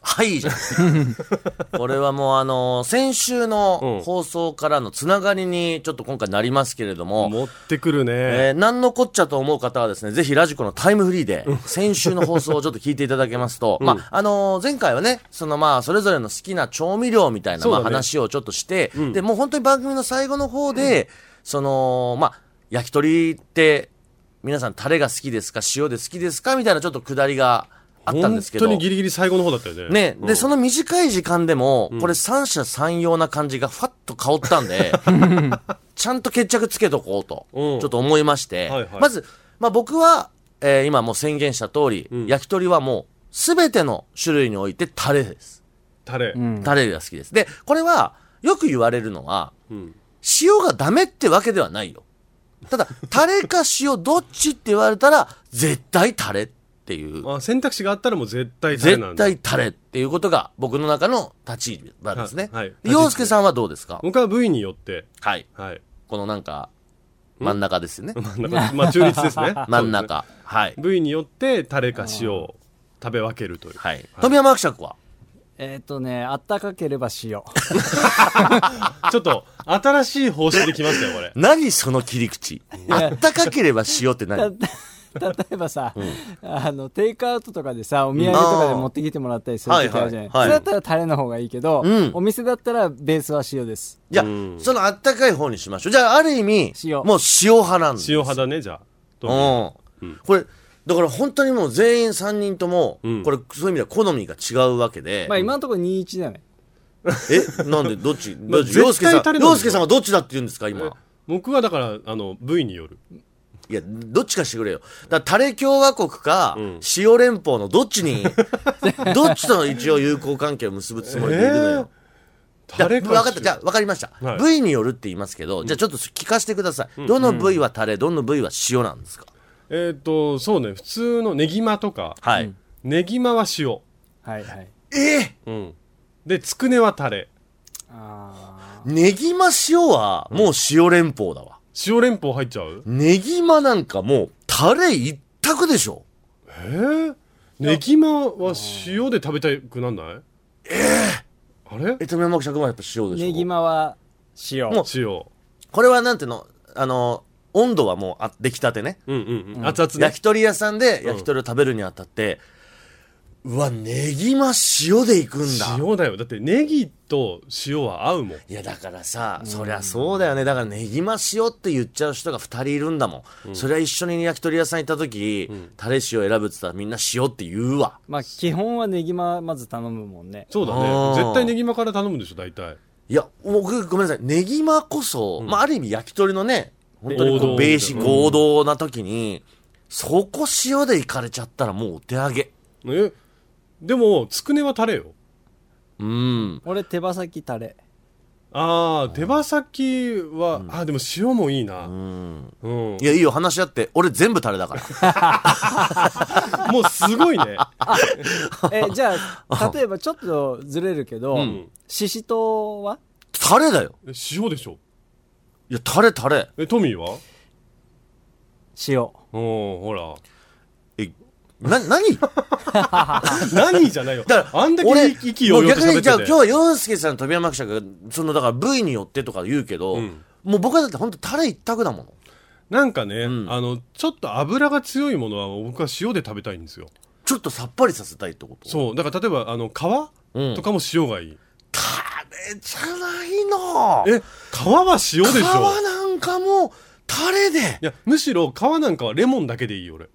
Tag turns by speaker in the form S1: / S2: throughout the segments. S1: はいじゃん。これはもうあのー先週の
S2: うん
S1: 放送からのつながりにちょっと今回なりますけれども、
S2: 持ってくるね。
S1: えー、何のこっちゃと思う方はですね、ぜひラジコのタイムフリーで、先週の放送をちょっと聞いていただけますと、まあ、あのー前回はね、そのまあ、それぞれの好きな調味料みたいな、
S2: そう
S1: ま
S2: だ
S1: あ、
S2: ね
S1: 話をちょっとして、で、もう本当に番組の最後の方で、その、まあ、焼き鳥って、皆さんタレが好きですか塩で好きですかみたいなちょっとくだりがあったんですけど。
S2: 本当にギリギリ最後の方だったよね。
S1: ね、
S2: うん
S1: で、その短い時間でも、これ三者三様な感じがファッと香ったん で、ちゃんと決着つけとこうと、
S2: うん
S1: ちょっと思いまして、
S2: はいはい
S1: まず、まあ僕は、えー今もう宣言した通り、焼き鳥はもう、すべての種類においてタレです。
S2: タレ。
S1: タレが好きです。で、これは、よく言われるのは、
S2: うん
S1: 塩がダメってわけではないよ。ただ、タレか塩どっちって言われたら、絶対タレっていう。
S2: あ選択肢があったらもう絶対タレ
S1: 絶
S2: なんだ。
S1: 対タレっていうことが僕の中の立ち場ですね。
S2: はいはい
S1: で洋介さんはどうですか
S2: 僕は部位によって。
S1: はい。
S2: はい。
S1: このなんか、真ん中ですよね。。
S2: 真ん中。まあ中立ですね
S1: 真ん中。はい。
S2: 部位によってタレか塩を食べ分けるという。
S1: はい。富山伯爵は。
S3: えっ、とね、あったかければ塩。
S2: ちょっと新しい方式できましたよ、これ
S1: 何その切り口あったかければ塩って
S3: た
S1: 何
S3: 例えばさ、あの、テイクアウトとかでさ、お土産とかで持ってきてもらったりする時あるじゃな
S1: あーはい
S3: い。
S1: はいはい
S3: それだったらタレの方がいいけど、
S1: うん
S3: お店だったらベースは塩です。
S1: じゃあ、そのあったかい方にしましょう。じゃあ、ある意味、
S3: 塩
S1: もう塩派なんです。
S2: 塩派だね、じゃあ。ど
S1: うん。これ、だから本当にもう全員3人とも、
S2: うん
S1: これ、そういう意味では好みが違うわけで。
S3: まあ今のところ21だね。
S1: えなんでどっちどっち
S2: 絶対
S1: 洋介さ
S2: タ
S1: ん、
S2: レなんでしょ
S1: 洋介さんはどっちだって言うんですか、
S2: うえ
S1: 今。
S2: 僕はだから、あの、部位による。
S1: いや、どっちかしてくれよ。だからタレ共和国か、
S2: ん
S1: 塩連邦のどっち に、どっちとの一応友好関係を結ぶつもりでいるのよ。
S2: タレ
S1: じ
S2: か
S1: ゃあ分かった。
S2: 塩
S1: じゃあ、分かりました。
S2: はい
S1: 部位によるって言いますけど、じゃあちょっと聞かせてください。どの部位はタレ、どの部位は塩なんですか、
S2: えっと、そうね、普通のネギマとか、
S1: はい。
S2: ネギマは塩。
S3: はいはい。
S1: え
S2: うん。で、つくねはタレ。
S3: あ
S1: ネギマ塩は、もう塩連邦だわ。
S2: 塩連邦入っちゃう
S1: ネギマなんかもう、タレ一択でしょ
S2: えー、ネギマは塩で食べたくなんないええあれ
S1: え、富山伯爵はやっぱ塩
S3: ー
S1: でしょ
S3: ネギマは塩。
S1: も
S2: 塩
S1: これはなんていうのあの、温度はもうあ出来たてね。
S2: うんうん、うん、熱々ね
S1: 焼き鳥屋さんで焼き鳥を食べるにあたって、うわネギマ塩でいくんだ
S2: 塩だよだってネギと塩は合うもん
S1: いやだからさ、そりゃそうだよねだからネギマ塩って言っちゃう人が2人いるんだもん、そりゃ一緒に焼き鳥屋さん行った時、タレ塩選ぶっつったらみんな塩って言うわ
S3: まあ基本はネギマまず頼むもんね。
S2: そうだ
S1: あー
S2: ね絶対ネギマから頼むでしょ大体
S1: いや僕ごめんなさいネギマこそ、まあ、ある意味焼き鳥のね本当にこ
S2: 王
S1: う
S2: 道
S1: ベーシ合同な時に、そこ塩でいかれちゃったらもうお手上げ
S2: えでもつくねはタレよ
S1: うん
S3: 俺手羽先 タレ。
S2: あー手羽先は、あーでも塩もいいなうん、
S1: いやいいよ話し合って俺全部タレだ から
S2: もうすごいね
S3: え、じゃあ、例えばちょっとずれるけど、ししとうは
S1: タレだよ
S2: え塩でしょ
S1: いやタレタレ
S2: えトミーは
S3: 塩。
S2: おーほら
S1: え、な、 何だか
S2: 何じゃないよ
S1: ら、
S2: あんだ
S1: 俺
S2: け息息揚々と
S1: もう逆に、
S2: 喋って
S1: じゃあ今
S2: て
S1: 日は洋介さん、富山記者が、その、だから部位によってとか言うけど、
S2: ん
S1: もう僕はだって本当タレ一択だもの。
S2: なんかね、
S1: ん
S2: あのちょっと油が強いものは僕は塩で食べたいんですよ
S1: ちょっとさっぱりさせたいってことう。
S2: そうだから例えばあの皮
S1: うん
S2: とかも塩がいい、
S1: タレじゃないの
S2: え皮は塩でし
S1: 皮
S2: ょ
S1: なんかもう、タレで
S2: いやむしろ皮なんかはレモンだけでいいよ俺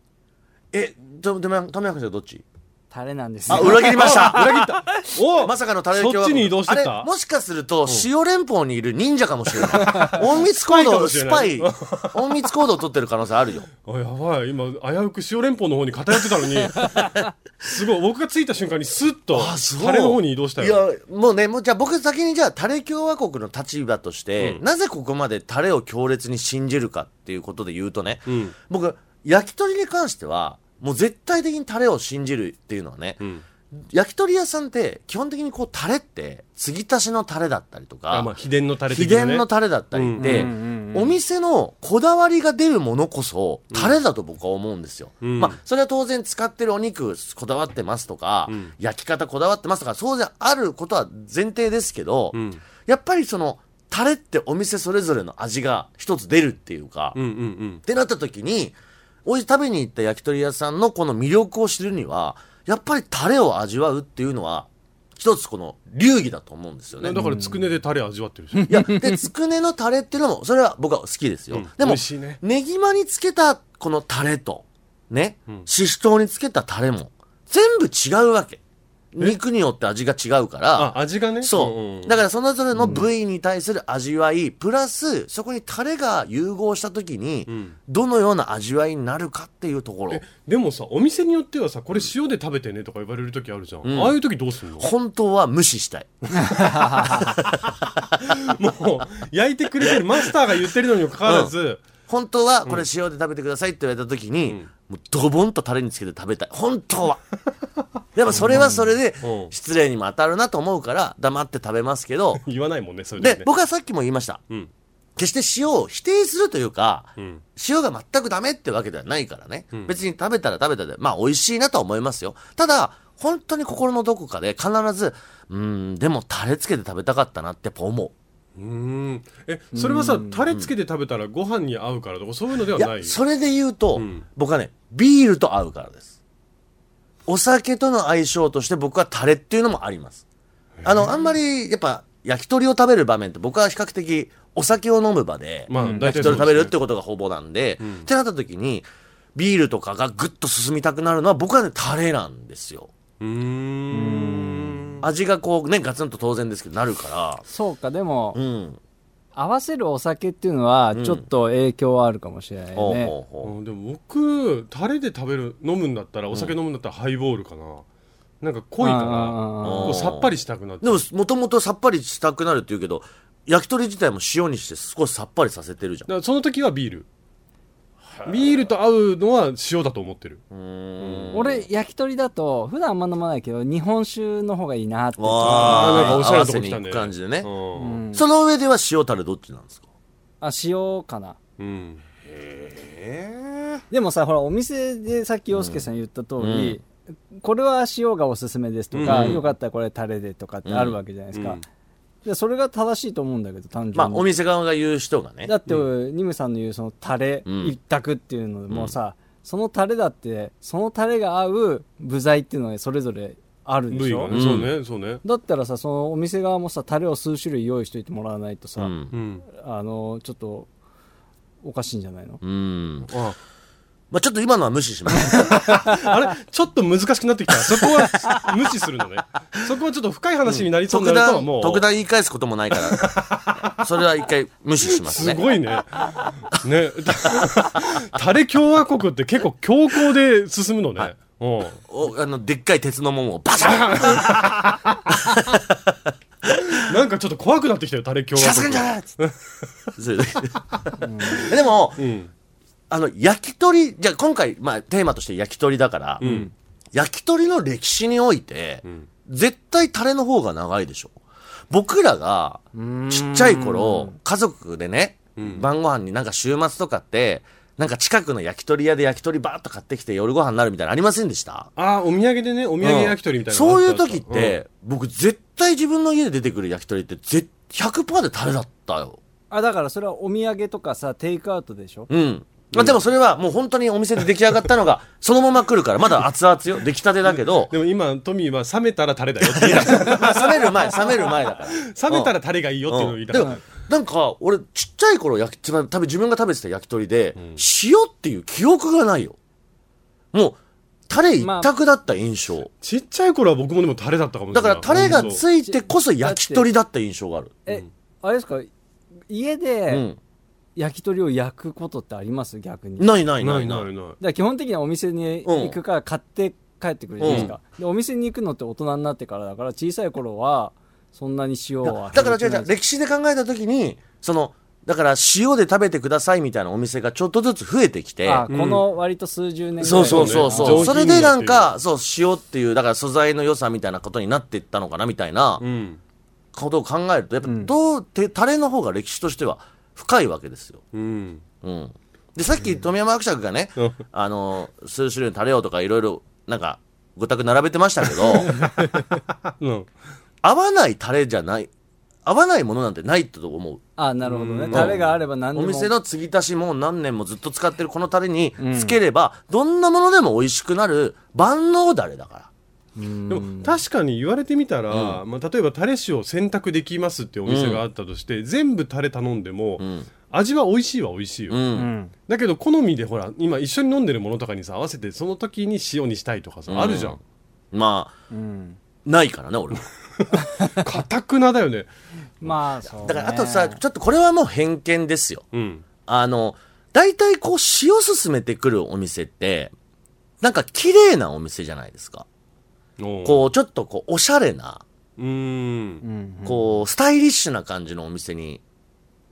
S1: え、と富山記者どっち
S3: タレなんです
S1: あ、
S3: よ。
S1: 裏切りました。
S2: 裏切ったお
S1: まさかのタレ焼きは
S2: そっちに移動してった
S1: あれもしかすると、塩連邦にいる忍者かもしれない。隠密行動、ス
S2: ス
S1: パ
S2: パ
S1: イ
S2: イ、
S1: 隠密行動を取ってる可能性あるよ。
S2: あやばい今危うく塩連邦の方に偏ってた のにすごい僕が着いた瞬間にスッとタレの方に移動した
S1: い
S2: よ
S1: や、もうね、もうじゃあ僕先にじゃあ、タレ共和国の立場として、なぜここまでタレを強烈に信じるかっていうことで言うとね、
S2: ん
S1: 僕、焼き鳥に関しては、もう絶対的にタレを信じるっていうのはね、
S2: ん
S1: 焼き鳥屋さんって基本的にこうタレって継ぎ足しのタレだったりとか、
S2: あまあ秘伝のタレ
S1: 秘
S2: 的なね
S1: 伝のタレだったりで、
S3: うんうんうんうん
S1: お店のこだわりが出るものこそタレだと僕は思うんですよ、
S2: ん
S1: まあそれは当然使ってるお肉こだわってますとか、焼き方こだわってますとか当然あることは前提ですけど、
S2: ん
S1: やっぱりそのタレってお店それぞれの味が一つ出るっていうか、
S2: う
S1: っ
S2: んうん
S1: てなった時におい食べに行った焼き鳥屋さんのこの魅力を知るにはやっぱりタレを味わうっていうのは一つこの流儀だと思うんですよ
S2: う
S1: ね
S2: んだからつくねでタレ味わってるし
S1: いや、で、つくねのタレっていうのも、それは僕は好きですよ。
S2: うん
S1: で
S2: 美
S1: も
S2: 味しい、ね
S1: ねぎまにつけたこのタレと、ね、ししとうにつけたタレも、全部違うわけ。肉によって味が違うから、
S2: あ味がね
S1: そ
S2: ん
S1: う。だからそれぞれの部位に対する味わい、プラス、そこにタレが融合した時に、どのような味わいになるかっていうところ。
S2: でもさお店によってはさこれ塩で食べてねとか言われる時あるじゃん、ああいう時どうすんの
S1: 本当は無視したい。
S2: もう焼いてくれてるマスターが言ってるのにもかかわらず、
S1: 本当はこれ塩で食べてくださいって言われた時に、もうドボンとタレにつけて食べたい本当は でもそれはそれで
S2: うん
S1: 失礼にも当たるなと思うから黙って食べますけど
S2: 言わないもんねそれで
S1: で
S2: ね
S1: 僕はさっきも言いました、
S2: ん
S1: 決して塩を否定するというか、
S2: ん
S1: 塩が全くダメってわけではないからね、別に食べたら食べたでまあ美味しいなとは思いますよただ本当に心のどこかで必ずうーんでもタレつけて食べたかったなってやっぱ思う
S2: うーんえそれはさタレつけて食べたらご飯に合うからとかそういうのではいない
S1: やそれで言うと、
S2: ん
S1: 僕はねビールと合うからですお酒との相性として僕はタレっていうのもありますあのあんまりやっぱ焼き鳥を食べる場面って僕は比較的お酒を飲む場で、
S2: まあ大
S1: 焼
S2: 体
S1: き
S2: そ
S1: 鳥
S2: うですね
S1: 食べるってことがほぼなんで、ってなった時にビールとかがぐっと進みたくなるのは僕はねタレなんですよ
S2: うーん
S1: 味がこうねガツンと当然ですけどなるか
S3: そうか、でも、
S1: らうん
S3: 合わせるお酒っていうのは、ちょっと影響はあるかもしれない
S1: ほう
S3: ね。
S1: ほうほう
S2: うんでも僕タレで食べる飲むんだったらお酒飲むんだったらハイボールかな、なんか濃いから
S3: あ
S1: ー
S2: こうさっぱりしたくなって
S1: でも、もともとさっぱりしたくなるって言うけど、焼き鳥自体も塩にして少しさっぱりさせてるじゃん。
S2: だからその時はビールビールと合うのは塩だと思ってる
S3: 俺、焼き鳥だと、普段あんま飲まないけど、日本酒の方がいいなって。
S1: わ
S2: あー
S1: ー
S2: なんかおしゃれなとこ来
S1: 合わせ
S2: たね
S1: に行く感じでね
S2: う。
S3: うんん
S1: その上では塩タレどっちなんですか
S3: あ、塩かな。
S2: うん
S3: でもさ、ほら、お店でさっき洋介さん言った通り、これは塩がおすすめですとか、よかったらこれタレでとかってあるわけじゃないですか。でそれが正しいと思うんだけど、単純に。
S1: まあ、お店側が言う人がね
S3: だ。って、ニムさんの言うそのタレ
S1: うん
S3: 一択っていうのでもうさ、そのタレだってそのタレが合う部材っていうのがそれぞれあるで
S2: 部
S3: し
S2: 位
S3: ょ、
S2: がね、そうねそうね
S3: だったらさそのお店側もさタレを数種類用意しといてもらわないと
S1: う
S3: さ、
S1: ん。
S2: うん
S3: あのちょっとおかしいんじゃないの
S1: うん。
S2: あ
S1: まあ、ちょっと今のは無視します。
S2: あれちょっと難しくなってきたそこは無視するのねそこはちょっと深い話にな りそうに
S1: 特
S2: なると
S1: 段
S2: も、う、
S1: 特段言い返すこともないから。それは一回無視します
S2: す
S1: ね。
S2: ごいね。ね。 タレ共和国って結構強行で進むのね。うん。
S1: おあの、でっかい鉄の門をバシャン
S2: なんかちょっと怖くなってきたよ、タレ共
S1: 近
S2: 和
S1: づくん
S2: 国
S1: じ。ゃないっつってそれで でも、
S2: ん
S1: あの、焼き鳥、じゃあ今回、まあテーマとして焼き鳥だから、
S2: ん
S1: 焼き鳥の歴史において、絶対タレの方が長いでしょ。僕らが、ちっちゃい頃、家族でね、晩ご飯になんか週末とかって、なんか近くの焼き鳥屋で焼き鳥バーッと買ってきて夜ご飯になるみたいなのありませんでした
S2: ああ、お土産でね、お土産焼き鳥みたいなの
S1: そうい
S2: があ
S1: う
S2: た
S1: 時っ、て、僕絶対自分の家で出てくる焼き鳥ってぜ100%でタレだったよ。
S3: あだからそれはお土産とかさテイクアウトでしょ
S1: うん。まあ、でもそれはもう本当にお店で出来上がったのが、そのまま来るから、まだ熱々よ。出来たてだけど、
S2: でも今、トミーは冷めたらタレだよって言いたい
S1: 冷める前、冷める前だから。
S2: 冷めたらタレがいいよっていうの
S1: う
S2: を言
S1: ん
S2: いた
S1: で
S2: か
S1: も
S2: っ、
S1: なんか、俺、ちっちゃい頃焼き、食べ、自分が食べてた焼き鳥で、塩っていう記憶がないよ。もう、タレ一択だった印象。
S2: ちっちゃい頃は僕もでもタレだったかもし
S1: だ
S2: れ
S1: か
S2: ない
S1: らタレが
S2: い
S1: ついてこそ焼き鳥だった印象がある。
S3: え、あれですか家
S1: う
S3: で
S1: ん。
S3: 焼き鳥を焼くことってあります逆に。だか
S1: ないない
S2: な
S1: ないい
S2: な
S1: ないい。
S2: ない
S3: ら基本的にはお店に行くから買って帰ってくるじゃないですか。で、お店に行くのって大人になってからだから、小さい頃はそんなに塩は。
S1: だから違う違う、歴史で考えた時に、その、だから塩で食べてくださいみたいなお店がちょっとずつ増えてきて、
S3: あ、この割と数十年ぐらいで
S1: そうそうそう
S2: 上
S1: そ
S2: 品
S1: う。
S2: に
S1: それでなんか、そう、塩っていう、だから素材の良さみたいなことになっていったのかなみたいな
S2: うん
S1: ことを考えると、やっぱどうて、タレの方が歴史としては深いわけですよ。
S2: うん
S1: うん。で、さっき富山伯爵がね、
S2: うん
S1: あの、数種類のタレをとかいろいろ、なんか、ごたく並べてましたけ ど、
S2: うん
S1: 合わないタレじゃない、合わないものなんてないと思う。
S3: あ、なるほど
S2: う
S3: ね。
S2: ん
S3: タレがあれば何で
S1: お
S3: も。
S1: 店の継ぎ足しも何年もずっと使ってるこのタレにつければ、どんなものでも美味しくなる万能ダレだから。
S2: でも確かに言われてみたら、まあ、例えばタレ塩選択できますっていうお店があったとして、全部タレ頼んでも、味は美味しいは美味しいよ、
S1: うん
S3: うん。
S2: だけど好みでほら今一緒に飲んでるものとかにさ合わせてその時に塩にしたいとかさ、あるじゃん
S1: まあ、
S3: うん。
S1: ないからね、俺は。
S2: かたくなだよね
S3: まあ、そうね。
S1: だから、あとさ、ちょっとこれはもう偏見ですよ。
S2: うん
S1: あの、大体こう、塩進めてくるお店って、なんか綺麗なお店じゃないですか。
S2: こ
S1: こう、ちょっとこう、おしゃれな、
S2: ううーん
S1: こう、スタイリッシュな感じのお店に、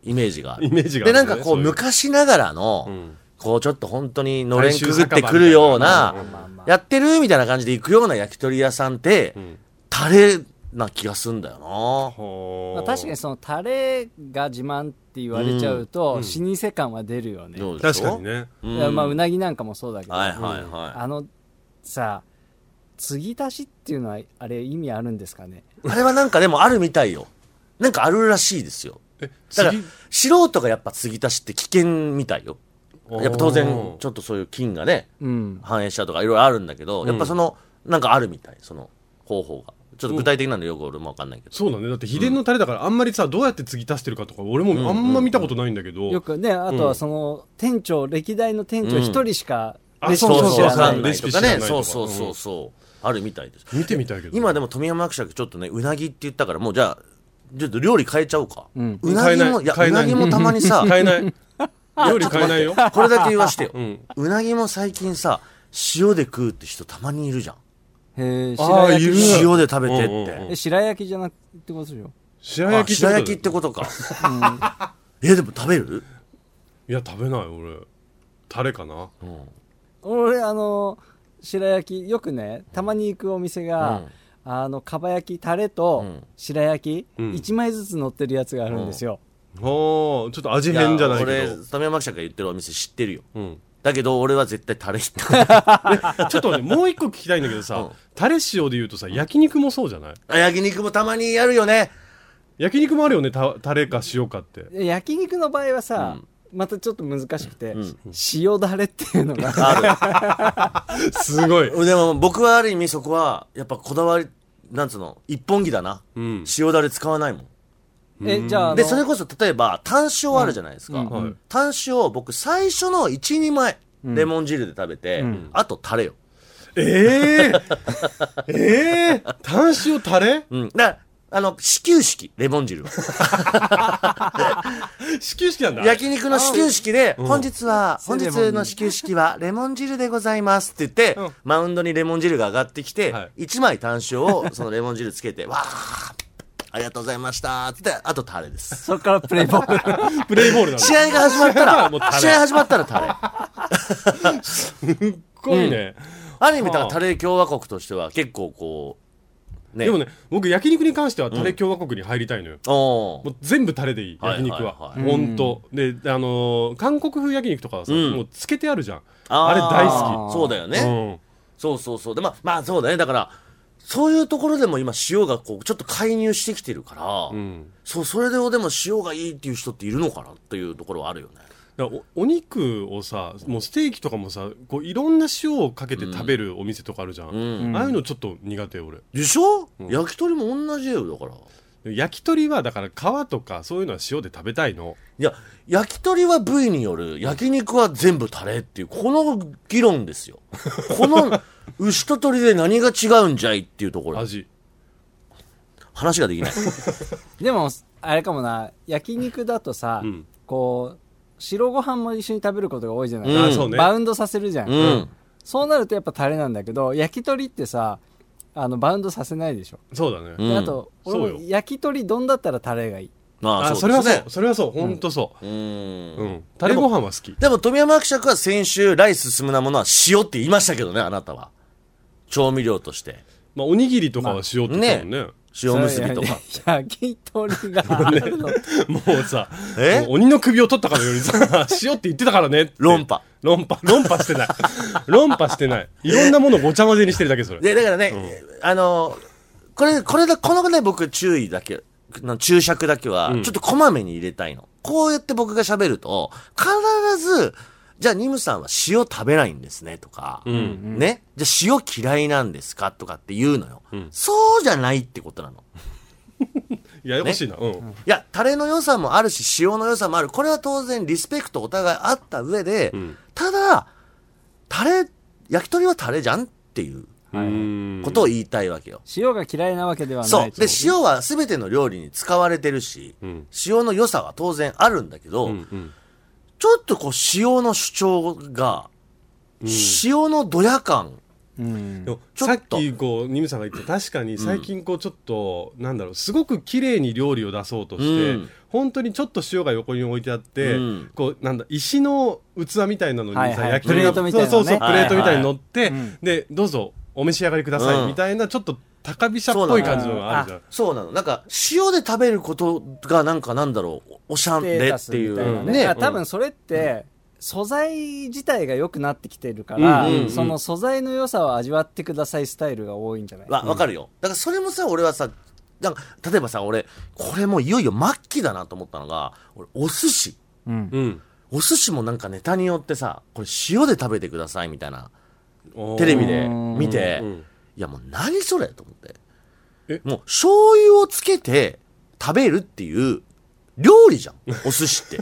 S1: イメージがある。
S2: イメージがあ
S1: で、
S2: るね
S1: なんかこう、
S2: そういう
S1: 昔ながら
S2: う
S1: の、
S2: ん
S1: こう、ちょっと本当にのれんくぐってくるような
S2: 大衆酒場みたいなうん、
S3: まあまあ
S1: やってるみたいな感じで行くような焼き鳥屋さんって、タレな気がすんだよ
S2: ほ
S3: まあ、
S2: ー
S3: 確かにそのタレが自慢って言われちゃうと、老舗感は出るよね、
S1: な。どうで
S2: 確
S1: し
S2: か
S1: ょ
S2: にね
S1: う
S3: いや
S1: ん
S3: まあうなぎなんかもそうだけど、
S1: はいはいはい。
S3: あのさ継ぎ足しっていうのはあれ意味あるんですかね
S1: あれはなんかでもあるみたいよ。なんかあるらしいですよ。
S2: え
S1: だから
S2: 次、
S1: 素人がやっぱ継ぎ足しって危険みたいよ。やっぱ当然、ちょっとそういう菌がね、
S3: うん
S1: 反映したとかいろいろあるんだけど、やっぱその、なんかあるみたい、その方法が。ちょっと具体的なんでよく俺もわかんないけど。
S2: そうだねだって秘伝のタレだからあんまりさどうやって継ぎ足してるかとか俺もあんま見たことないんだけど、
S3: よくねあとはその店長、歴代の店長一人しか
S2: うん
S3: レシピ
S2: あ
S1: そう
S3: を
S1: そ
S3: 知
S1: う、わ
S3: ら
S1: か
S3: ない、
S1: ん
S2: レ
S1: ない
S2: シ
S1: と
S2: ピ知
S1: から
S2: ない
S1: ね。
S2: とか
S1: そうそうそうそう。あるみたいです。
S2: 見てみたいけど
S1: 今でも富山伯爵ちょっとね、うなぎって言ったから、もうじゃあ、ちょっと料理変えちゃおうか。うんなぎも、
S2: 変えない
S1: いや、
S2: 変え
S1: う
S2: な
S1: な
S2: い
S1: ぎもたまに さ、
S2: 買えない料理買えないよ
S1: これだけ言わしてよ、うんなぎも最近さ塩で食うって人たまにいるじゃん
S3: へえ
S2: あー
S3: 白焼き
S2: いる
S3: じゃ
S1: 塩で食べてって、
S2: うんうんうん
S3: え白焼きじゃなくてことでしょ
S2: 白
S1: あ
S2: 焼き
S1: 白焼きっ
S2: って
S1: て
S2: こ
S1: こと か、 えでも食べる
S2: といや食べない俺タレかな
S3: 俺あの白焼きよくねたまに行くお店が、あのかば焼きタレと
S1: ん
S3: 白焼き、
S2: うん
S3: 一1枚ずつ乗ってるやつがあるんですよ、
S2: おーちょっと味変じゃないけ
S1: 俺
S2: ど
S1: 富山記者が言ってるお店知ってるよ
S2: うん
S1: だけど俺は絶対タレいった
S2: ちょっとね、もう一個聞きたいんだけどさ、タレ塩で言うとさ、焼肉もそうじゃない
S1: あ焼肉もたまにやるよね
S2: 焼肉もあるよね、たタレか塩かって。
S3: で焼肉の場合はさ、またちょっと難しくて、塩だれっていうのが
S2: すごい。
S1: でも僕はある意味そこはやっぱこだわりなんつうの一本木だな、
S2: うん。
S1: 塩だれ使わないもん
S3: えじゃああの
S1: でそれこそ例えば単塩あるじゃないですか、
S3: うん
S2: はい。
S1: 単塩を僕最初の12枚レモン汁で食べて、あとタレよ、
S2: ええー、 ええー、単塩タレ
S1: うん、だからあの始球式レモン汁は
S2: 始球式なんだ。
S1: 焼肉の始球式で本日は
S3: う
S1: 本
S3: ん
S1: 日の始球式はレモン汁でございますって言って、
S2: うん
S1: マウンドにレモン汁が上がってきて、
S2: は
S1: 1枚単塩をそのレモン汁つけてわーありがとうございましたって言ってあとタレ です
S3: そこからプレイボール
S2: プレイボールなんだ。
S1: 試合が始まった
S2: もう
S1: ら
S2: タレ
S1: 試合始まったらタレ
S2: すっごいね。
S1: ある意味だからタレ共和国としては結構こうね
S2: でもね、僕焼肉に関してはタレ共和国に入りたいのよ。
S1: おー
S2: もう全部タレでいい、
S1: はい
S2: 焼肉は。
S1: はいは
S2: ほんと。で、あのー韓国風焼肉とかはさ、
S1: うん
S2: もうつけてあるじゃん。
S1: あー
S2: あれ大好
S1: そうだよね、
S2: き。うん。
S1: そうそうそう。で、まあ、まあそうだね。だから、そういうところでも今塩がこう、ちょっと介入してきてるから、
S2: うん
S1: そう、それでもでも塩がいいっていう人っているのかなっていうところはあるよね。
S2: だからおお肉をさもうステーキとかもさこういろんな塩をかけて食べるお店とかあるじゃん、
S1: うん。
S2: ああいうのちょっと苦手俺
S1: でしょ、焼き鳥も同じよ、だから。
S2: 焼き鳥はだから皮とかそういうのは塩で食べたいの
S1: いや、焼き鳥は 部位による、焼肉は全部タレっていう、この議論ですよ。この、牛と鳥で何が違うんじゃいっていうところ。
S2: 味
S1: 話ができ ない。
S3: でも、あれかもな、焼肉だとさ、
S2: ん
S3: こう、白ご飯も一緒に食べることが多いじゃない、
S1: うんあ
S2: そうね
S3: バウンドさせるじゃん,、
S1: うん。
S3: そうなるとやっぱタレなんだけど、焼き鳥ってさ、あの、バウンドさせないでしょ。
S2: そうだね、
S1: ん
S3: であと、俺も
S2: そうよ
S3: 焼き鳥丼だったらタレがいい。
S1: まあ、
S2: あ
S1: そ
S2: そうれ
S1: で
S2: は
S1: すね
S2: そう。それはそう本当そう、
S1: うん
S2: うんタレご飯は好き
S1: でも、富山伯爵は先週、ライス進むなものは塩って言いましたけどね、あなたは。調味料として。
S2: まあおにぎりとかは塩って言ってたもんね,、
S1: 塩結びとか。
S3: それは。いや焼き鳥があ るの。
S2: もうさ
S1: え
S2: もう鬼の首を取ったかのようにさ塩って言ってたからねって
S1: 論破
S2: 論破論破してない論破してないいろんなものをごちゃ混ぜにしてるだけそれ
S1: で、だからね、あの、これ、これだ、このね、僕、注意だけ、の注釈だけは、ちょっとこまめに入れたいの。こうやって僕が喋ると、必ず、じゃあ、ニムさんは塩食べないんですね、とか、ね、じゃあ塩嫌いなんですか、とかって言うのよ。そうじゃないってことなの。
S2: いややこしいな、うん
S1: いや、タレの良さもあるし、塩の良さもある。これは当然、リスペクトお互いあった上で、ただ、タレ、焼き鳥はタレじゃんっていう
S2: うん
S1: ことを言いたいわけよ。
S3: 塩が嫌いなわけではな
S1: そう。
S3: いと。
S1: で、塩は全ての料理に使われてるし、
S2: ん
S1: 塩の良さは当然あるんだけど、ちょっとこう、塩の主張が、塩のドヤ感。
S3: うん
S2: でも
S1: ちょっ
S2: さっ
S1: と
S2: きこうニムさんが言って確かに最近こうちょっと、なんだろうすごく綺麗に料理を出そうとして、
S1: うん
S2: 本当にちょっと塩が横に置いてあって、
S1: うん
S2: こうなんだ石の器みたいなのにさ、
S3: はいはい
S2: 焼き鳥が
S3: プレートみたいなね
S2: そうそうそうプ
S1: はい
S2: レ
S1: はい
S2: ートみたいに乗って、
S3: うん
S2: でどうぞお召し上がりください、
S1: うん
S2: みたいなちょっと高飛車っぽい感じのがあるじゃん。
S1: そうなの。なんか、塩で食べることがなんかなんだろう、おしゃ
S3: デ
S1: れ
S3: ー
S1: っ
S3: タス
S1: てい
S3: みたいな
S1: う。
S3: ね
S1: ね。
S3: だから多分それって、素材自体が良くなってきてるから、
S2: うんうんうん
S3: その素材の良さを味わってくださいスタイルが多いんじゃない
S1: わ、わかるよ。だからそれもさ、俺はさ、なんか、例えばさ、俺、これもういよいよ末期だなと思ったのが、俺、お寿司。
S3: うん
S2: うん
S1: お寿司もなんかネタによってさ、これ塩で食べてくださいみたいな、
S2: おー
S1: テレビで見て
S2: うんうん、
S1: いやもう何それと思って
S2: え。
S1: もう醤油をつけて食べるっていう料理じゃん。お寿司って。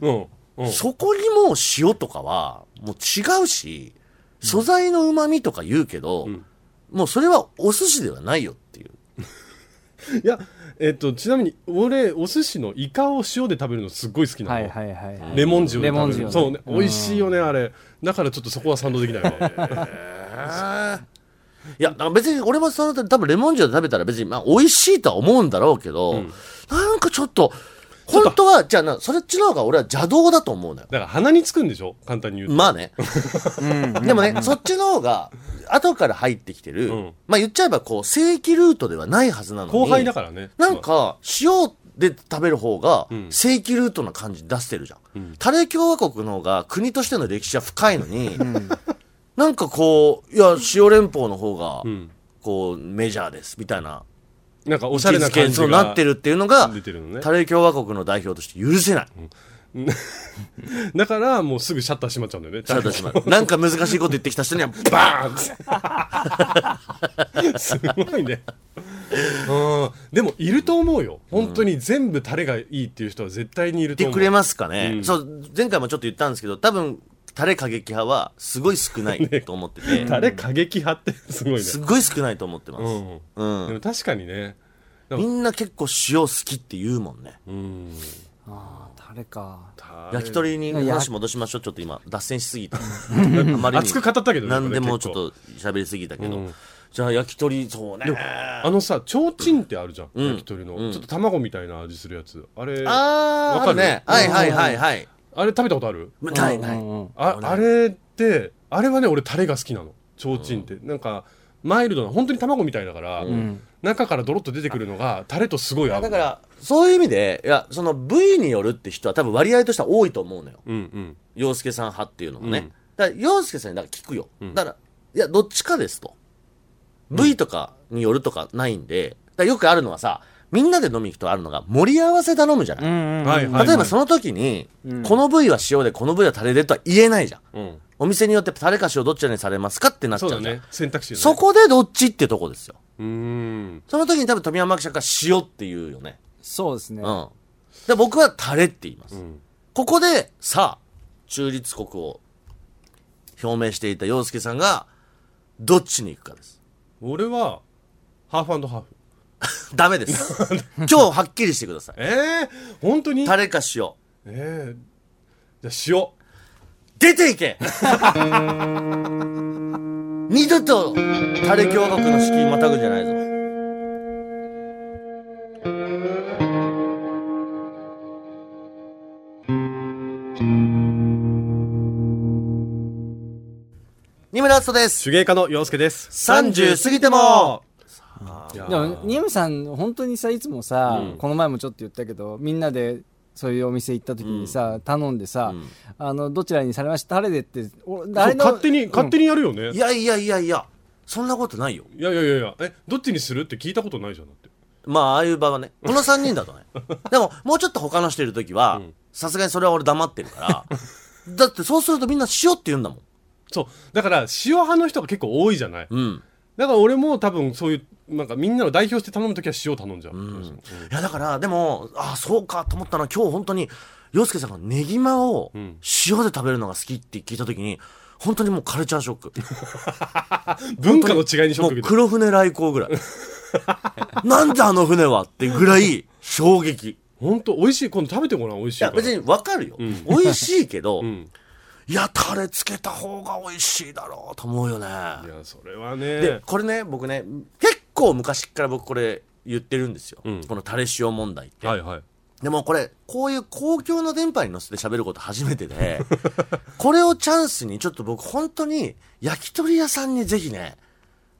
S2: うん うん
S1: そこにもう塩とかは、もう違うし、素材の旨味とか言うけど、もうそれはお寿司ではないよっていう。
S2: いや、えっと、ちなみに俺お寿司のイカを塩で食べるのすっごい好きなの、
S3: はいはいはいはい。
S2: レモン塩で
S3: レモン
S2: 食べる
S3: 塩ね
S2: そうね
S3: うん
S2: 美味しいよねあれだからちょっとそこは賛同できない わ
S1: いや、だから別に俺もその時多分レモン塩で食べたら別に、まあ美味しいとは思うんだろうけど、なんかちょっと、本当は、じゃあな、それっちの方が俺は邪道だと思うのよ。
S2: だから鼻につくんでしょ簡単に言うと
S1: まあね。 でもね、そっちの方が、後から入ってきてる、
S2: うん
S1: まあ言っちゃえばこう、正規ルートではないはずなのに。
S2: 後輩だからね
S1: なんか、塩で食べる方が
S2: ん、
S1: 正規ルートな感じ出してるじゃん。タレ共和国の方が、国としての歴史は深いのに、なんかこう、いや、塩連邦の方が、
S2: ん
S1: こう、メジャーです、みたいな。
S2: なんかおしゃれな感じ
S1: そう
S2: が
S1: なってるっていうのが
S2: 出てるのね、
S1: タレ共和国の代表として許せない。
S2: だからもうすぐシャッター閉まっちゃうんだよね
S1: シャドウ島なんか難しいこと言ってきた 人には、バーン
S2: すごいね うんでもいると思うよ本当に全部タレがいいっていう人は絶対にいる
S1: っ
S2: と
S1: て
S2: 思う
S1: くれますかね、
S2: うん
S1: そう前回もちょっと言ったんですけど多分タレ過激派はすごい少ないと思ってて、
S2: タレ過激派ってすごいね
S1: すごい少ないと思ってます、
S2: うん
S1: うん
S2: でも確かにね
S1: みんな結構塩好きって言うもんね
S2: うん
S3: ああ、タレか。
S1: 焼き鳥に話戻しましょうちょっと今脱線しすぎ たあまりに
S2: 熱く語ったけどね
S1: 何でも
S2: これ
S1: ちょ
S2: 結
S1: っ
S2: 構
S1: と喋りすぎたけど、
S2: うん
S1: じゃあ焼き鳥そうね
S2: あのさ提灯ってあるじゃん、
S1: ん
S2: 焼き鳥の、ちょっと卵みたいな味するやつあれあ
S1: あー
S2: わ
S1: あ
S2: か
S1: る
S2: る
S1: ねはいはいはいはい
S2: れ食べたことある
S1: ないない、
S2: ああれってあれはね俺タレが好きなの提灯って、なんかマイルドな本当に卵みたいだから、中からドロッと出てくるのがタレとすごい合う
S1: だからそういう意味でいやその部位によるって人は多分割合としては多いと思うのよ
S2: うんうん
S1: 洋介さん派っていうのもね、
S2: うん
S1: だから洋介さんにだから聞くよ、だからいやどっちかですと部位とかによるとかないんで、だからよくあるのはさみんなで飲み行くとあるのが盛り合わせ頼むじゃない、
S2: はいはいはい
S1: 例えばその時に、この部位は塩でこの部位はタレでとは言えないじゃん
S2: うん
S1: お店によってタレか塩どっちにされますかってなっちゃ
S2: そうう
S1: じゃ
S2: だ
S1: ん
S2: ね選択肢だね
S1: そこでどっちってとこですよ
S2: うーん
S1: その時に多分富山記者が塩って言うよね
S3: そうですね。
S1: うんで僕はタレって言います、
S2: ん
S1: ここでさあ中立国を表明していた洋介さんが、どっちに行くかです。
S2: 俺はハーフハーフ
S1: ダメです。今日はっきりしてください。
S2: ええ本当に
S1: タレか塩。
S2: ええじゃあ
S1: 出ていけ 二度とタレ共和国の敷居またぐじゃないぞ。二村敦人です。
S2: 手芸家の洋介です
S1: 30過ぎても
S2: いや
S3: でも、ニムさん、本当にさ、いつもさ、この前もちょっと言ったけど、みんなで、そういうお店行った時にさ、頼んでさ、あの、どちらにされました誰でって、俺
S2: そう勝手に、勝手
S3: に。
S2: にやるよね
S1: いやいやいやいや、そんなことないよ。
S2: いやいやいやいやえどっちにするって聞いたことないじゃんだって
S1: まあ、ああいう場はね。この3人 だとね。でも、もうちょっと他の人いるときは、さすがにそれは俺黙ってるから。だってそうするとみんな塩って言うんだもん。
S2: そうだから塩派の人が結構多いじゃない、
S1: うん。
S2: だから俺も多分そういうなんかみんなの代表して頼む時は塩頼んじゃう、うん
S1: いやだからでもああそうかと思ったのは今日本当に洋介さんがネギマを塩で食べるのが好きって聞いた時に本当にもうカルチャーショッ ク
S2: 文化の違いにショッ
S1: も
S2: ク
S1: う
S2: 受け
S1: 黒船来航 ぐらいなんであの船はってぐらい衝撃い
S2: 本当美味しい今度食べてごらん美味しいか
S1: や
S2: ら
S1: 別にわかるよ、美味しいけ ど、
S2: ん
S1: いやタレつけた方が美味しいだろうと思うよね
S2: いやそれはね
S1: でこれね僕ね結構昔っから僕これ言ってるんですよ、
S2: ん
S1: このタレ塩問題って
S2: はいはい
S1: でもこれ、こういう公共の電波に乗せて喋ること初めてで、 これをチャンスにちょっと僕本当に焼き鳥屋さんにぜひね、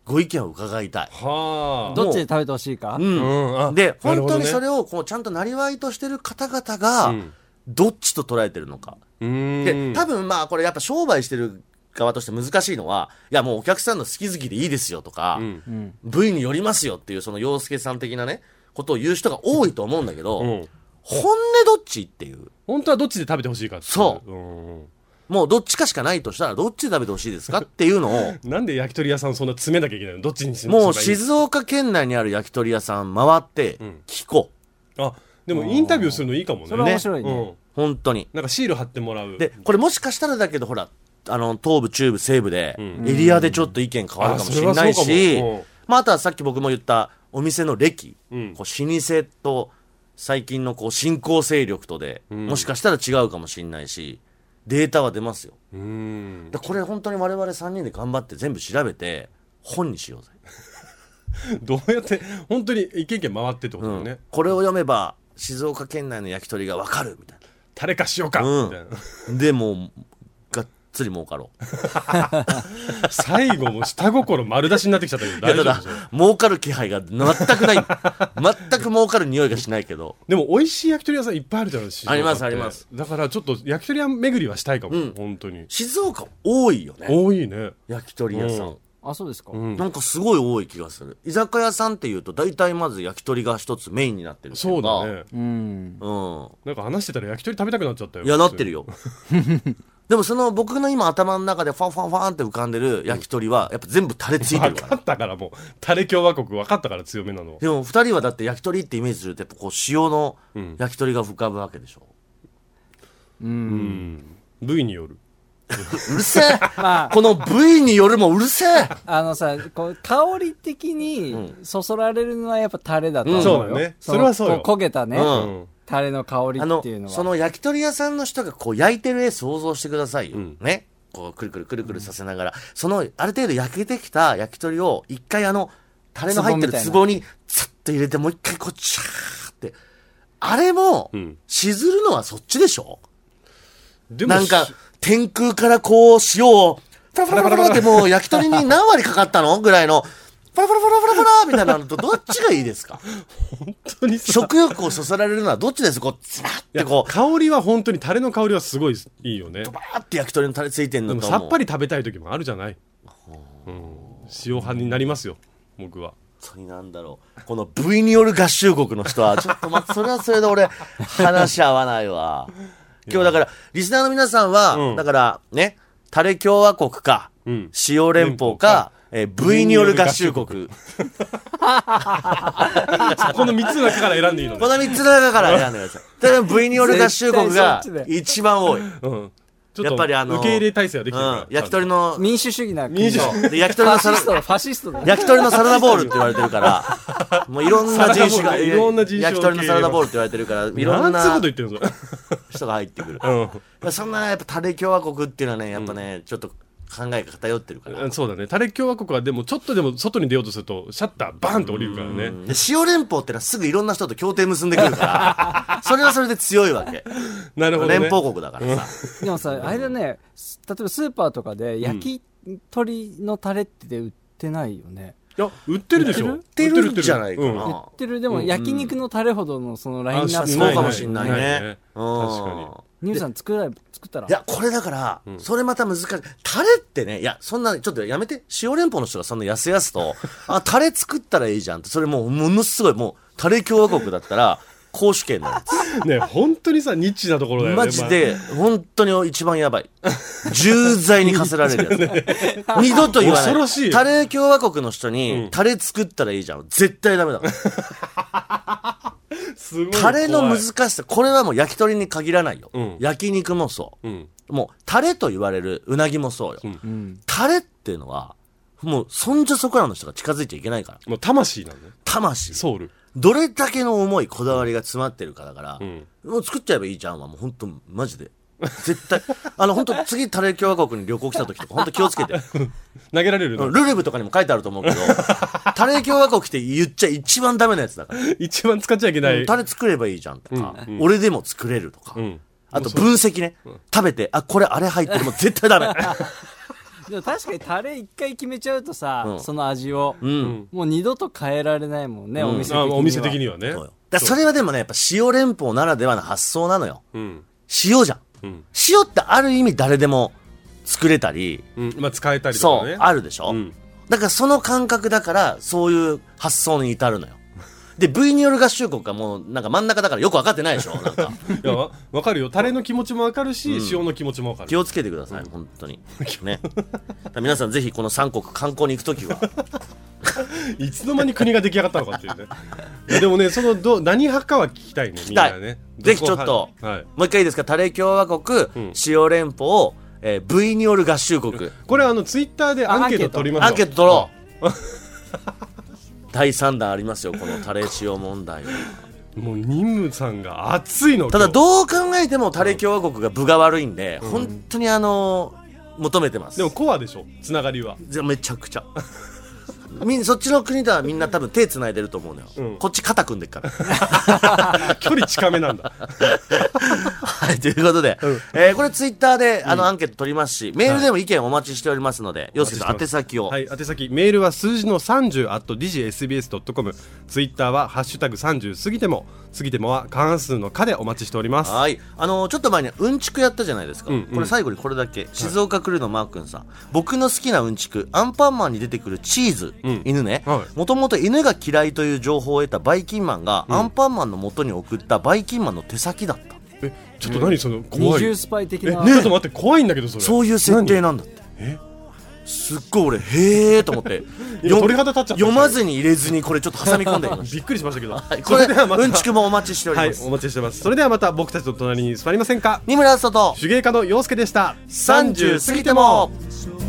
S1: ご意見を伺いたい。
S2: はあ
S3: どっちで食べてほしいか
S1: うん。
S2: うんあ
S1: で、
S2: な
S1: 本
S2: るほ
S1: 当
S2: どね
S1: にそれをこうちゃんとなりわいとしてる方々が
S2: ん、
S1: どっちと捉えてるのか。
S2: うー
S1: で、
S2: ん
S1: 多分まあこれやっぱ商売してる側として難しいのは、いやもうお客さんの好き好きでいいですよとか、
S2: ん
S3: うん。
S1: 部位によりますよっていうその洋介さん的なね、ことを言う人が多いと思うんだけど、
S2: うん
S1: 本音どっちっていう。
S2: 本当はどっちで食べてほしいかってい、
S1: そう
S2: うん
S1: もうどっちかしかないとしたらどっちで食べてほしいですかっていうのを
S2: なんで焼き鳥屋さんそんな詰めなきゃいけないのどっちにし
S1: もう
S2: し
S1: 静岡県内にある焼き鳥屋さん回って聞こう、
S2: あでもインタビューするのいいかもね
S3: それは面白いね
S2: うん、
S1: 本当に
S2: なんかシール貼ってもらう
S1: でこれもしかしたらだけどほらあの東部中部西部で
S2: ん
S1: エリアでちょっと意見変わるかもしれない
S2: あそれは
S1: し、
S2: そうかもうん
S1: まあ、あとはさっき僕も言ったお店の歴、
S2: うん
S1: こう老舗と最近のこう新興勢力とで、
S2: ん
S1: もしかしたら違うかもしれないしデータは出ますよ
S2: うーん
S1: だからこれ本当に我々3人で頑張って全部調べて本にしようぜ
S2: どうやって本当に一軒一軒回ってってことだよね、
S1: うんこれを読めば静岡県内の焼き鳥がわかるみたい
S2: タレか塩か、
S1: うん
S2: みたいな
S1: なでもうがっつり儲かろう
S2: 最後も下心丸出しになってきちゃったけど
S1: いや
S2: 大丈
S1: た
S2: 夫で
S1: だ
S2: しょ
S1: 儲かる気配が全くない 全く儲かる匂いがしないけど
S2: でも美味しい焼き鳥屋さんいっぱいあるじゃないですか
S1: ありますあります
S2: だからちょっと焼き鳥屋巡りはしたいかも、
S1: うん
S2: 本当に
S1: 静岡多いよね
S2: 多いね
S1: 焼き鳥屋さん、
S3: あ、そうですか。
S2: ん
S1: なんかすごい多い気がする居酒屋さんっていうと大体まず焼き鳥が一つメインになってるってい
S2: そうう
S1: か
S2: だね
S3: うん。
S1: う
S2: なんか話してたら焼き鳥食べたくなっちゃったよ
S1: んいやなってる よでもその僕の今頭の中でファンファンファンって浮かんでる焼き鳥はやっぱ全部タレついてるか
S2: 分
S1: ら
S2: かったからもうタレ共和国分かったから強めなのは
S1: でも二人はだって焼き鳥ってイメージするとやっぱこう塩の焼き鳥が浮かぶわけでし ょ、
S2: 部位による
S1: うるせえ
S3: まあ、
S1: この部位によるもうるせえ
S3: あのさ、こう、香り的にそそられるのはやっぱタレだと思うよ。
S2: うんそうだね
S3: の
S2: それはそうよ
S3: こう焦げたね、
S1: うん
S2: うん
S3: タレの香り
S1: あの
S3: っていうのは。
S1: その焼き鳥屋さんの人がこう焼いてる絵想像してくださいよ、
S2: ん
S1: ねこうくるくるくるくるさせながら、そのある程度焼けてきた焼き鳥を一回あのタレの入ってる
S3: 壺みたいな
S1: 壺にツッと入れてもう一回こうチャーってあれも
S2: ん
S1: しずるのはそっちでしょ、
S2: で
S1: なんか、天空からこう、塩を、パラパラパラパラってもう焼き鳥に何割かかったのぐらいの、パラパラパラパラパラみたいなのと、どっちがいいですか
S2: 本当にさ
S1: 食欲をそそられるのはどっちですこう、つ らっ
S2: い
S1: て
S2: や
S1: こう、
S2: 香りは本当にタレの香りはすごいいいよね
S1: バーって焼き鳥のタレついてん
S2: で
S1: の
S2: も
S1: と
S2: さ
S1: 思う。
S2: っぱり食べたい時もあるじゃない、うん、塩派になりますよ僕は
S1: 本当になんだろう。この部位による合衆国の人は、ちょっとまあ、それはそれで俺、話合わないわ。今日だから、リスナーの皆さんは、
S2: うん
S1: だから、ね、タレ共和国か、
S2: うん
S1: 塩連邦か、えー部位による合衆国。
S2: この3つの中から選んでい いのね
S1: この3つの中から選んでください。ただ、部位による合衆国が
S3: 絶対そっちだよ
S1: 一番多い。
S2: うんちょ
S1: や
S2: っ
S1: っぱりあ
S2: と
S1: の
S2: 受け入れ体制ができてるか
S1: うん
S2: ら、
S1: 焼き鳥
S2: の
S1: の
S3: 民主主義な
S2: 民主主
S3: フ
S2: 義
S1: そうで焼き鳥のサ
S3: ァシ
S1: ラ
S3: ストだファシストだ
S1: 焼き鳥のサラダボールって言われてるから、もういろんな人種が、
S2: サラダボールいろんな人種を
S1: 焼き鳥のサラダボールって言われてるから、いろん
S2: なんつうこと
S1: な
S2: 言ってるんですか
S1: 人が入ってくる。
S2: うん
S1: そんなやっぱタレ共和国っていうのはね、やっぱね、ちょっと考えが偏ってるから。
S2: うんそうだねタレ共和国はでもちょっとでも外に出ようとするとシャッターバーンと降りるからね
S1: で塩連邦ってのはすぐいろんな人と協定結んでくる から、それはそれで強いわけ。
S2: なるほどね
S1: 連邦国だからさ。
S3: でもさ、あれだね、す例えばスーパーとかで焼き鳥のタレって売ってないよね。
S2: いや売ってるでしょ
S3: 売っ
S1: ってるんじゃないか
S2: うん
S3: 売
S1: な。
S3: ってる、でも焼肉のタレほどのそのラインナ
S2: あ
S3: ップ
S1: そうかも
S3: れ
S1: しんない
S2: ない
S1: ね
S2: ね。
S1: うん
S2: 確かに
S3: ない。ニューさん作ら、作ったら。
S1: いや、これだから、それまた難しい。タレってね、いや、そんな、ちょっとやめて、塩連邦の人がそんなやすやすと、あ、タレ作ったらいいじゃんって、それもう、ものすごい、もう、タレ共和国だったら、公主権のやつ。
S2: ね本当にさニッチなところだよね
S1: マジで、本当に一番やばい。重罪に課せられる やつ。二度と言わない。
S2: 恐ろしい
S1: タレ共和国の人に、
S2: ん
S1: タレ作ったらいいじゃん。絶対ダメだから。
S2: まあすごい
S1: タレの
S2: 怖い
S1: 難しさ、これはもう焼き鳥に限らないよ。
S2: うん
S1: 焼肉もそ
S2: うん
S1: う。もう、タレと言われるうなぎもそうよ。
S3: うん。
S1: タレっていうのは、もう、そんじょそこらの人が近づいちゃいけないから。
S2: もう魂なんだね
S1: 魂。
S2: ソウル
S1: どれだけの思い、こだわりが詰まってるかだから、
S2: ん
S1: もう作っちゃえばいいじゃんは、もう本当マジで。絶対。 あの、本当次、タレ共和国に旅行来た時とか、本当気をつけ て。
S2: 投げられるの
S1: ルルブとかにも書いてあると思う けど、タレ共和国って言っちゃ一番ダメなやつだから。
S2: 一番使っちゃいけない
S1: タレ作ればいいじゃんとか、
S2: うん
S1: 俺でも作れるとか。
S2: うん
S1: あと分析ね。食べて、あ、これあれ入ってるもう絶対ダメ。
S3: でも確かにタレ一回決めちゃうとさ、
S1: うん
S3: その味を、
S1: うん。
S3: もう二度と変えられないもんね、
S1: うん
S3: お店的に
S2: あ
S3: は。
S2: お店的にはね
S1: そうよ。だからそれはでもね、やっぱ塩連邦ならではの発想なのよ。
S2: うん
S1: 塩じゃん。
S2: うん
S1: 塩ってある意味誰でも作れたり、
S2: うんまあ使えたりと
S1: そ
S2: か
S1: う
S2: ね、
S1: あるでしょ、
S2: うん
S1: だからその感覚だから、そういう発想に至る のよ。で、V による合衆国がもう、なんか真ん中だからよく分かってないで しょなんか。
S2: いやわわかるよタレの気持ちもわかるし、塩の気持ちもわか
S1: 気
S2: る
S1: をつけてください、本当に。ね。だから皆さんぜひこの三国観光に行くと きは、
S2: いつの間に国が出来上がったのかっていうねいやでもねそのど何派かは聞きたいねみんなね
S1: 聞きたいぜひちょっと
S2: どこ派はい
S1: もう一回いいですかタレ共和国、
S2: ん
S1: 塩連邦、えー V による合衆 国。
S2: これあのツイッターでアンケート取りまし ょう
S1: アンケート取ろう。 第3弾ありますよ、このタレ塩問題は。
S2: もう任務さんが熱いの
S1: ただ
S2: う
S1: どう考えてもタレ共和国が分が悪いんで、本当にあのー求めてます
S2: でもコアでしょつながりは
S1: じゃめちゃくちゃみんそっちの国ではみんな多分手つないでると思うのよ、
S2: うん
S1: こっち肩組んでっから
S2: 距離近めなんだ
S1: はいということで、えーこれツイッターであのアンケート取りますし、メールでも意見お待ちしておりますので、よすけさん宛先を、
S2: はい宛先メールは数字の30 at digsbs.com ツイッターは「ハッシュタグ #30 過ぎても」過ぎてもは過半数の「か」でお待ちしております
S1: はい。あのーちょっと前にうんちくやったじゃないですか。
S2: うんうん
S1: これ最後にこれだけ。静岡クルーのマー君さん。僕の好きなうんちく、アンパンマンに出てくるチーズ、
S2: ん
S1: 犬ね
S2: は。い
S1: もともと犬が嫌いという情報を得たバイキンマンが、アンパンマンの元に送ったバイキンマンの手先だった。
S2: えちょっと何その
S3: 二
S2: 怖い
S3: 重
S2: え
S3: スパイ的
S2: ちょ
S3: な。
S2: っと待って怖いんだけどそれ
S1: そういう設定なんだって。すっごい俺、へーと思 って。
S2: 今鳥肌立っちゃった
S1: 読まずに入れずにこれちょっと挟み込んでみま
S2: 何
S1: し
S2: びっくりしまし たけど、
S1: た。はいこれ、
S2: そではまた
S1: うんちくもお待ちしており
S2: はい
S1: ます。
S2: お待ちしてますそれではまた僕たちの隣に座りませんか
S1: 二村あさと、
S2: 手芸家の陽介でした
S1: 30過ぎても
S4: 「それ